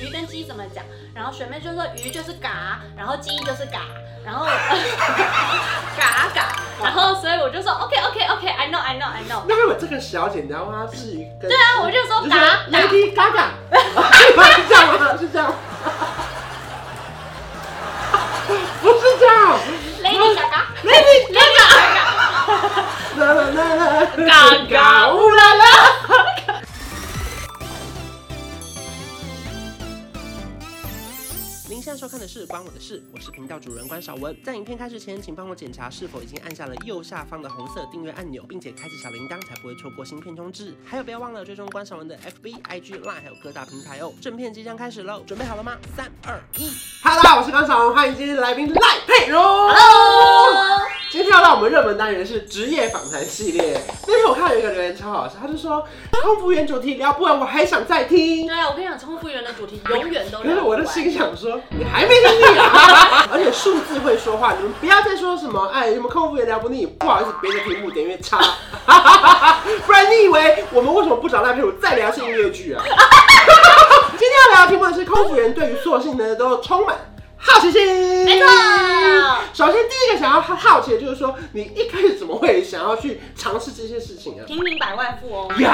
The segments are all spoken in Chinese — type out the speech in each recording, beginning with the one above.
鱼跟鸡怎么讲，然后学妹就说鱼就是嘎，然后鸡就是嘎，然后 嘎嘎，然后所以我就说 OK OK OK，I know I know I know，那如果这个小姐你要问她是一个，对啊我就说嘎嘎 Lady Gaga，是 这样吗？是这样吗， 不是这样，Lady 嘎嘎，Lady ，Lady 嘎嘎。啦啦啦啦，嘎嘎乌啦啦。您现在收看的是《关我的事》，我是频道主人关少文。在影片开始前，请帮我检查是否已经按下了右下方的红色订阅按钮，并且开启小铃铛，才不会错过新片通知。还有，不要忘了追踪关少文的 FB、IG、Line，还有各大平台哦。正片即将开始喽，准备好了吗？三、二、一哈喽，大家好，我是关少文，欢迎今天的来宾赖佩蓉。 Hello，今天要到我们热门单元是职业访谈系列。那天我看到有一个留言超好笑，他就说空服员主题聊不完，我还想再听。对啊，我跟你讲，空服员的主题永远都可是聊不我的完心想 说，你还没听腻啊！ 而且数字会说话，你们不要再说什么哎，你们空服员聊不腻，不好意思，别的题目点阅差， 不然你以为我们为什么不找赖佩如再聊些音乐剧啊？ 今天要聊的题目是空服员对于所有事情呢都充满好奇心。没错首先第一个想要好奇的就是说，你一开始怎么会想要去尝试这些事 情啊？平民百万富翁。有，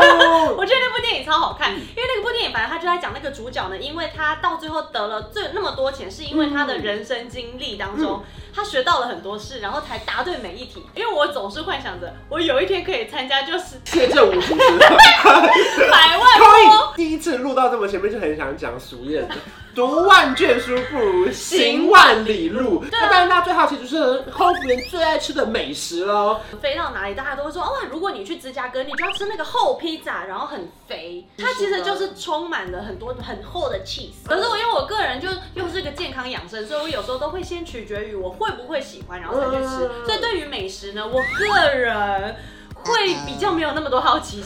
我觉得那部电影超好看，因为那部电影反正他就在讲那个主角呢，因为他到最后得了最那么多钱，是因为他的人生经历当中，他学到了很多事，然后才答对每一题。因为我总是幻想着，我有一天可以参加就是谢正武主持。 百万所富翁。以第一次录到这么前面就很想讲俗谚的“读万卷书不如行万里路”。啊那当然，大家最好奇就是空服员最爱吃的美食喽。飞到哪里，大家都会说哇，如果你去芝加哥，你就要吃那个厚披萨，然后很肥。它其实就是充满了很多很厚的 cheese。可是我因为我个人就又是个健康养生，所以我有时候都会先取决于我会不会喜欢，然后才去吃。嗯所以对于美食呢，我个人。会比较没有那么多好 奇心，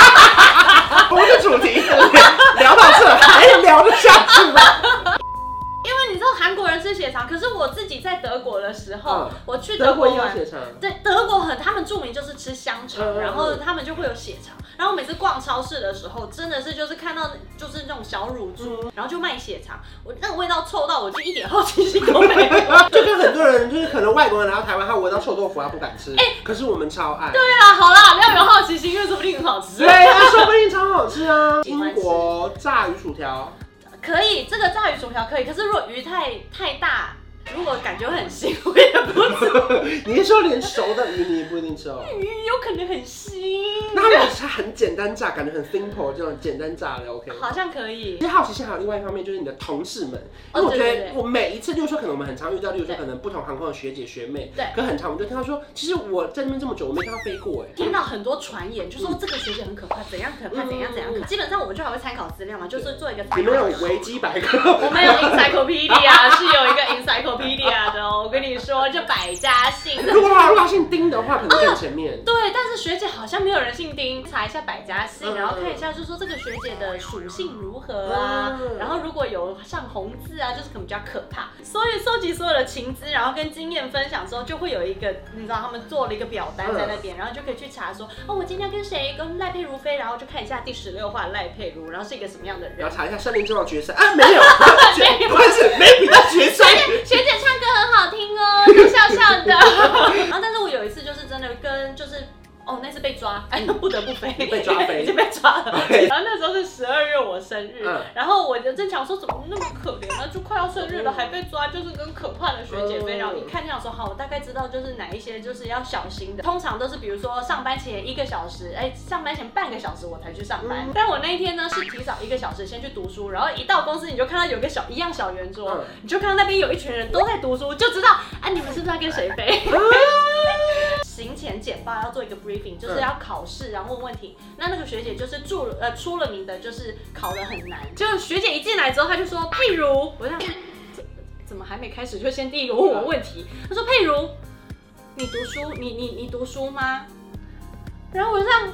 啊我们的主题聊到这还聊得下 去吗？因为你知道韩国人吃血肠，可是我自己在德国的时候嗯，我去德德国国也有玩，血肠。对，德国很，他们著名就是吃香肠，嗯然后他们就会有血肠。然后每次逛超市的时候，真的是就是看到就是那种小乳猪，嗯然后就卖血肠，我那个味道臭到我就一点好奇心都没有。就跟很多人，就是可能外国人来到台湾，他闻到臭豆腐他啊不敢吃，可是我们超爱。对哎对啦，啊好啦，要有好奇心，因为说不定很好吃。对啊，说不定超好吃啊！喜欢英吃国炸鱼薯条，可以，这个炸鱼薯条可以，可是如果鱼太太大，如果感觉会很腥，我也不吃。你是说连熟的鱼你也不一定吃哦？鱼有可能很腥，那它如果是很简单炸，感觉很 simple 这种简单炸的 OK。好像可以其。实好奇心还有另外一方面，就是你的同事们，哦因为我觉对对得对我每一次，例如说可能我们很常遇到，例如说对可能不同航空的学姐学妹，对可很常我们就听到说，其实我在那边这么久，我没看到飞过哎，听到很多传言，就说这个学姐很可怕，怎样可怕，怎样怎样可怕。基本上我们就还会参考资料嘛，就是做一个参嗯你考们。有维基百科，我们有 encyclopedia 是有一个 encyclopedia 的哦，我跟你说，就百家姓。如果老发姓丁的话，可能更 前面。对，但是学姐好像没有人姓丁，查一下百家姓，嗯然后看一下，就说这个学姐的属性如何啊嗯，然后如果有上红字啊，就是可能比较可怕。所以收集所有的情资，然后跟经验分享之后，就会有一个，你知道他们做了一个表单在那嗯边，然后就可以去查说，哦，我今天跟谁跟赖佩如飞，然后就看一下第十六话赖佩如，然后是一个什么样的人然。后查一下森林之王决赛啊，没有， 不是没比到决赛。学姐唱歌很好听哦，就笑笑 的。然后，但是我有一次就是真的跟就是。哦，那次被抓，哎，不得不 飞，被抓飞已经被抓了。 OK 然后那时候是十二月我生日，嗯然后我就正想说怎么那么可怜呢，就快要生日了还被抓，就是跟可怕的学姐飞。嗯然后一看就想说，好，我大概知道就是哪一些就是要小心的。通常都是比如说上班前一个小时，哎，上班前半个小时我才去上班嗯。但我那一天呢是提早一个小时先去读书，然后一到公司你就看到有个小一样小圆桌，嗯你就看到那边有一群人都在读书，就知道啊，你们是不是要跟谁飞？行前简报要做一个 briefing，就是要考试，然后问问题。那那个学姐就是住了呃出了名的，就是考得很难。就学姐一进来之后，她就说佩如，我想怎怎么还没开始就先第一个问我问题？她说佩如，你读书，你你你读书吗？然后我就这样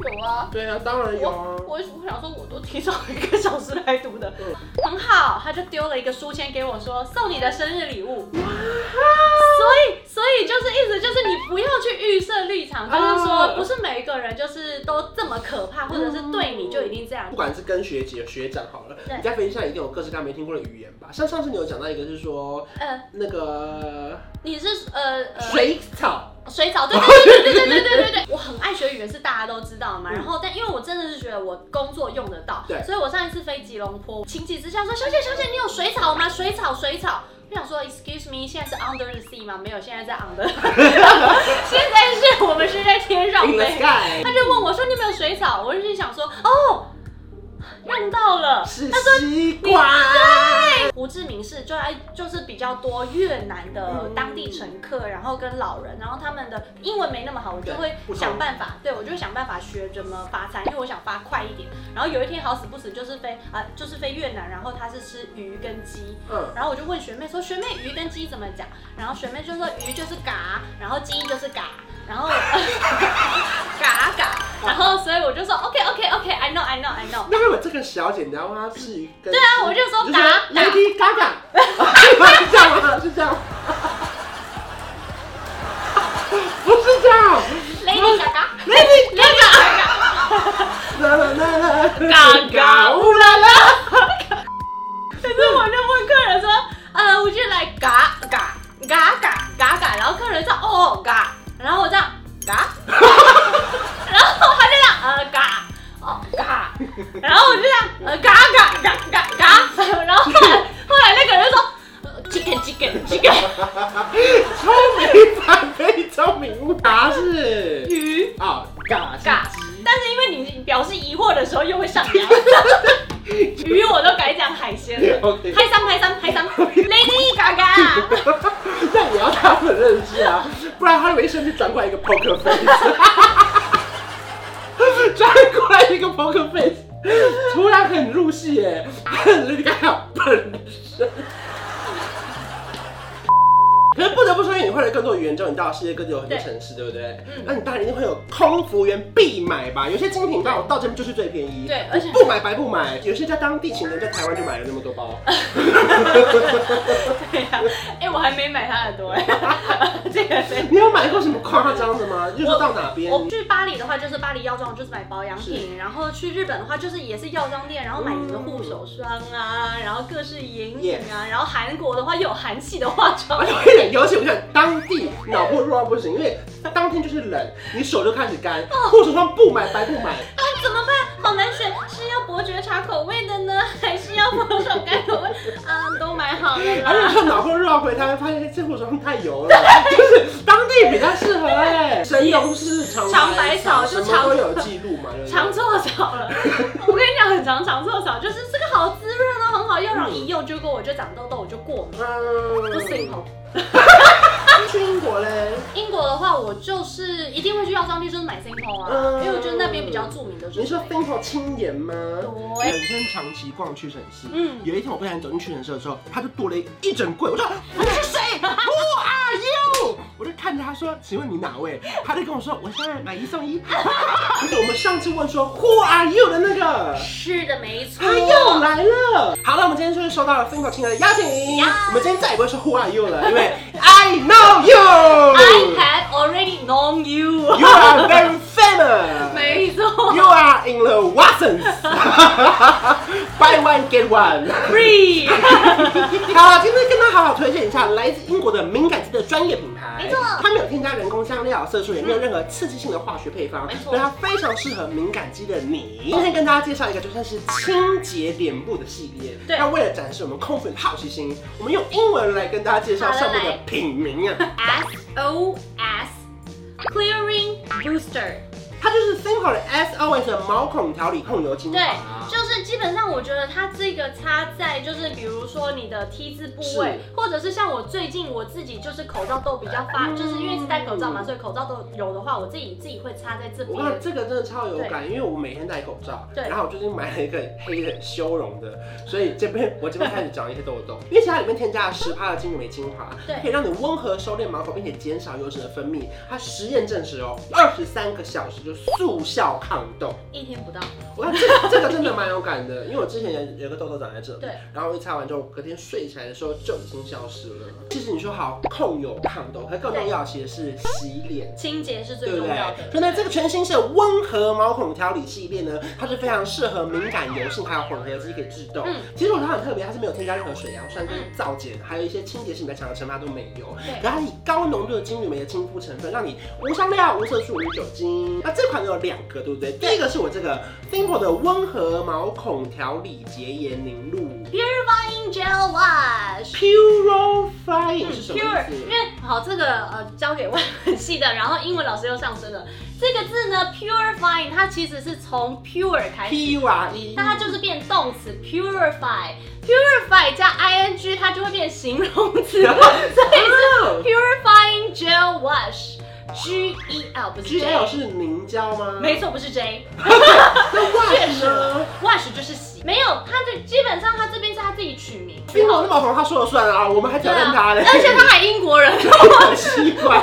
有啊，对啊，当然有啊。我我想说，我都提早一个小时来读的，嗯很好。他就丢了一个书签给我说，送你的生日礼物。所以所以以就是意思就是你不要去预设立场，就是啊说不是每一个人就是都这么可怕，或者是对你就一定这样不。管是跟学姐、学长好了，对你在飞机上一定有各式各样没听过的语言吧？像上次你有讲到一个是说呃，那个你是呃呃水草，水草，对对对对对对对对对，我很爱学语言是大家都知道嘛。嗯然后，但因为我真的是觉得我工作用得到，对所以我上一次飞吉隆坡，情急之下说：“小姐小姐，你有水草吗？水草水草。”我想说，Excuse me，现在是 under the sea 吗？没有，现在在 under，现在是我们是在天上 in the 飞。 sky，他就问我说：“你有没有水草？”我就心想说：“哦，用到了。”是西瓜。胡志明市就哎就是比较多越南的当地乘客，然后跟老人，然后他们的英文没那么好，我就会不同想办法，对我就会想办法学怎么发餐，因为我想发快一点。然后有一天好死不死就是飞啊、就是飞越南，然后他是吃鱼跟鸡，嗯，然后我就问学妹说学妹鱼跟鸡怎么讲，然后学妹就说鱼就是嘎，然后鸡就是嘎，然后 嘎嘎，然后所以我就说 OK OK OK，I know I know I know，那如果这个小姐你要问她至于跟，对啊我就说你嘎说 Lady Gaga，是这样吗？是这样吗。不是这样， ，Lady Gaga。 Lady 那个，啦啦啦啦，嘎嘎乌啦啦，可是我就问客人说，呃，我就来嘎嘎嘎嘎嘎嘎，然后客人说哦嘎，然后我这样嘎，然后他就这样呃嘎哦嘎，然后我就这样呃嘎嘎嘎嘎嘎，然后后来后来那个人说。呃 chicken chicken chicken 聪明反被聪明误，答是鱼啊嘎是嘎鸡，但是因为你表示疑惑的时候又会上扬，鱼我都改讲海鲜了。 OK 拍三拍三拍三，Lady Gaga。 但你要他们认识啊，不然他会一瞬间转过来一个 poker face，转过来一个 poker face，突然很入戏耶，你看他本身。可是不得不说，因为你会了更多语言之后，你到世界各地有很多对城市，对不对？嗯那你当然一定会有空服员必买吧？有些精品到到这边就是最便宜，对而且不买白不买。有些在当地情人在台湾就买了那么多包， 对呀、哎、我还没买他耳朵哎， 这个谁？你有买过什么夸张的吗？就是到哪边？我去巴黎的话，就是巴黎药妆就是买保养品，然后去日本的话，就是也是药妆店，然后买什么护手霜啊，然后各式眼影啊，然后韩国的话又有韩系的化妆 而哎且，我跟你讲，尤其我看当地脑波弱到不行，因为当天就是冷，你手就开始干，护手霜不买白不买，啊，怎么办？好难选，是要伯爵茶口味的呢，还是要佛手柑口味？啊，都买好了而且啦。我脑波弱到回台，发现这护手霜太油了， 就是当地比较适合哎、神农氏尝尝百草什就么都尝有记录嘛，对不对尝错草了， 我跟你讲，很常尝错草，就是这个好滋润哦，很好用，然后一用结果我就长痘痘，我就过敏，嗯，不行，好去英国嘞，英国的话，我就是一定会去药妆店，就是买 Simple 啊，嗯因为我觉得那边比较著名的就是。你说 t h i n k 青岩吗？ 对，本身长期逛屈臣氏，嗯有一天我不小心走进屈臣氏的时候，他就剁了一整柜，我说啊你是谁？Who are you？我就看着他说，请问你哪位？他就跟我说，我现在买一送一。我们上次问说 Who are you 的那个。是的，没错。他又来了！好了，我们今天就是收到了 Finko 亲的邀请，我们今天再也不会说 Who are you 了，因为 I I know you，You have already known you。 are very famous。没错 You are in the Watsons. Buy one get one. ，free。 好了，今天跟大家好好推荐一下来自英国的敏感肌的专业品牌。没错它没有添加人工香料、色素，也没有任何刺激性的化学配嗯方，没错所以它非常适合敏感肌的你。今天跟大家介绍一个就算是清洁脸部的系列。对那为了展示我们空粉的好奇心，我们用英文来跟大家介绍好的上面的来品名啊。 S O S Clearing Booster。它就是 Simple 的 S O S 的毛孔调理控油精华。对，就是基本上我觉得它这个擦在就是比如说你的 T 字部位，或者是像我最近我自己就是口罩都比较发，嗯就是因为是戴口罩嘛，所以口罩都有的话，我自己自己会擦在这我边看。这个真的超有感，因为我每天戴口罩，对然后我最近买了一个黑的 修容的，所以这边我这边开始长一些痘 痘，因为其实它里面添加了十帕的精美精华，对可以让你温和收敛毛孔，并且减少油脂的分泌。它实验证实哦，二十三个小时就速效抗痘。一天不到。 我看这个这个真的蛮有感的，因为我之前有有个痘痘长在这里，对，然后一擦完之后，隔天睡起来的时候就已经消失了。其实你说好控油抗痘，可更重要其实是洗脸。清洁是最对不重对要的。？所以呢，这个全新式的温和毛孔调理系列呢，它是非常适合敏感油性还有混合肌可以制动。嗯其实我觉得它很特别，它是没有添加任何水杨酸跟皂碱，还有一些清洁性比较强的成分它都没有。对然后它以高浓度的金缕梅的亲肤成分，让你无香料、无色素、无酒精。那这款有两个，对不对？第一个是我这个 Simple 的温和毛孔调理洁颜凝露 Purifying Gel Wash。嗯 Purifying 是什么 pure，意因思？为好这个呃交给外文系的，然后英文老师又上身了。这个字呢，purifying，它其实是从 pure 开始， P U R E，但它 就是变动词 purify。purify 加 ing，它就会变形容词，所 以是 purifying gel wash。G E L 不是 G L 嗯 J，是凝胶吗？没错，不是 J。那确 wash 实呢？ ，wash 就是洗，没有，它这基本上它这边是他自己取名，冰龙那么红，他说了算啊，我们还挑战 他嘞，啊而且他还英国 人，很奇 怪。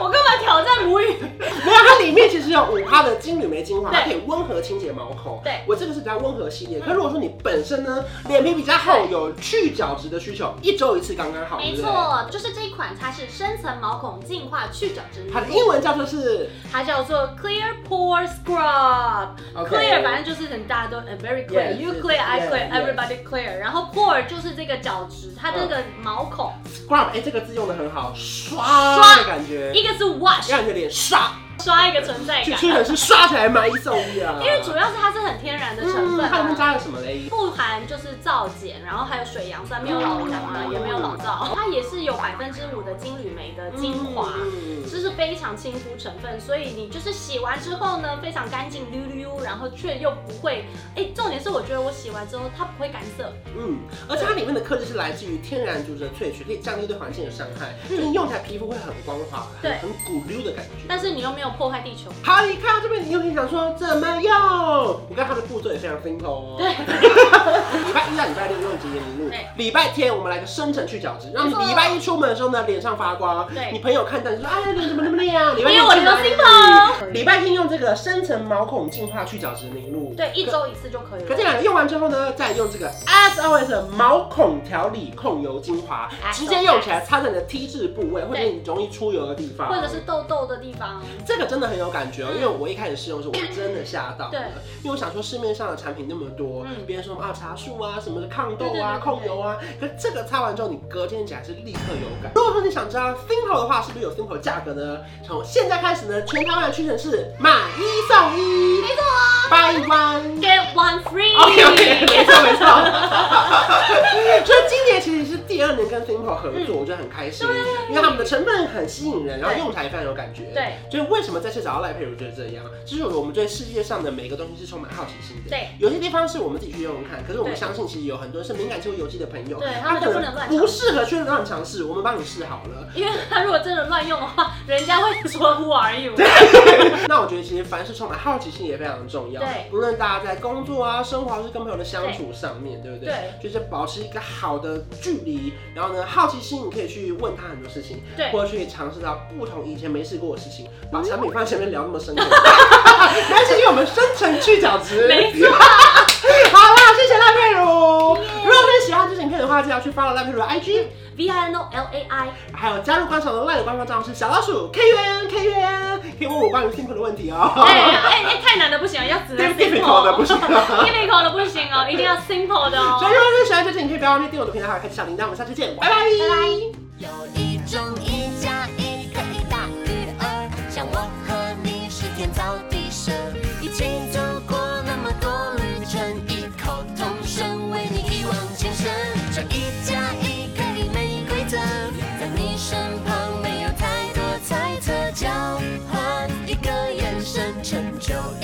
我干嘛挑战母语？没有，它里面其实有五趴的金缕梅精华，对它可以温和清洁毛孔。对我这个是比较温和系列。可如果说你本身呢脸皮比较厚，对有去角质的需求，一周一次刚刚好，没对不对。错，就是这一款，它是深层毛孔净化去角质它的凝英露，文叫做是它叫做 Clear Pore Scrub。 OK Clear 反正就是很大家都呃 very Yes, clear，you yes, clear，I yes, yes. clear，everybody clear。然后 pore 就是这个角质，它这个嗯毛孔， scrub，哎，这个字用的很好，刷的感觉，一个是 wash，让你的脸刷，刷一个存在去感，屈臣氏刷起来买一送一啊。哎嗯因为主要是它是很天然的成分它里面啊。加了什么嘞？不含就是皂碱，然后还有水杨酸，没有老姜啊，也没有老皂，它也是有百分之五的金缕梅的精华。嗯这是非常亲肤成分，所以你就是洗完之后呢，非常干净溜溜，然后却又不会，哎，重点是我觉得我洗完之后它不会干涩，嗯，而且它里面的克制是来自于天然竹子的萃取，可以降低对环境的伤害，嗯就是你用起来皮肤会很光滑，很对很骨溜的感觉。但是你又没有破坏地球。好，你看到这边，你又可以想说怎么用？我看它的步骤也非常 simple 哦。对，礼拜一到礼拜六用洁颜凝露对，礼拜天我们来个深层去角质，让没你错礼拜一出门的时候呢脸上发光。对 你朋友看到你说哎你怎么那么那样？礼拜因为我留心心头礼拜天用这个深层毛孔净化去角质凝露。对，一周一次就可以可这了。两个用完之后呢，再用这个 SOS 的毛孔调理控油精华， SOS 直接用起来擦在你的 T 字部位，或者对你容易出油的地方，或者是痘痘的地方，这个真的很有感觉哦，因为我一开始试用的时，候，我真的吓到了对，因为我想说市面上的产品那么多，嗯别人说什么啊茶树啊什么的抗痘对对啊对对控油啊，可这个擦完之后你隔天起来是立刻有感。如果说你想知道 Simple 的话，是不是有 Simple 价格呢？从现在开始呢，全台湾的屈臣氏买一送一，没错，Buy one。 get one free。 OK OK，没错没错。 所以今年其实是第二年跟 Simple 合作，我觉得很开啊心，因为他们的成分很吸引人，然后用起来也非常有感觉。对，就是为什么再次找到赖佩如就是这样，就是我们对世界上的每个东西是充满好奇心的。对，有些地方是我们自己去用用看，可是我们对相信其实有很多是敏感肌油肌的朋友，对他们就不能乱不适合去乱尝试，我们帮你试好了。因为它如果真的乱用的话，人家会说 Who are you？ 那我觉得其实凡事充满好奇心也非常重要，对无论大家在工作啊、生活还是跟朋友的相处上面，对不对？就是保持一个好的距离，然后呢，好奇心你可以去问他很多事情，对或者去尝试到不同以前没试过的事情，把产品放在前面聊那么深刻， 但是因为我们深层去角 质，没错。好啦，谢谢赖佩如。如果你喜欢这支影片的话，记得要去 follow 赖佩如的 IG， V I N O L A I。还有加入观赏的赖的官方账号是小老鼠 K U N K U N，可以问我关于 Simple 的问题哦。哎哎哎，太难的不行，要只能 Difficult 的不行啊 difficult 的不行哦，一定要 simple 的哦所以。如果你喜欢这支影片，不要忘记订阅我的频道，还有开启小铃铛。我们下次见，拜拜。拜拜。有一种一加一可以大于二，像我和你是天造地设，一起走过那么多旅程，异口同声为你一往情深。这一加一可以没规则，在你身旁没有太多猜测，交换一个眼神，成就一。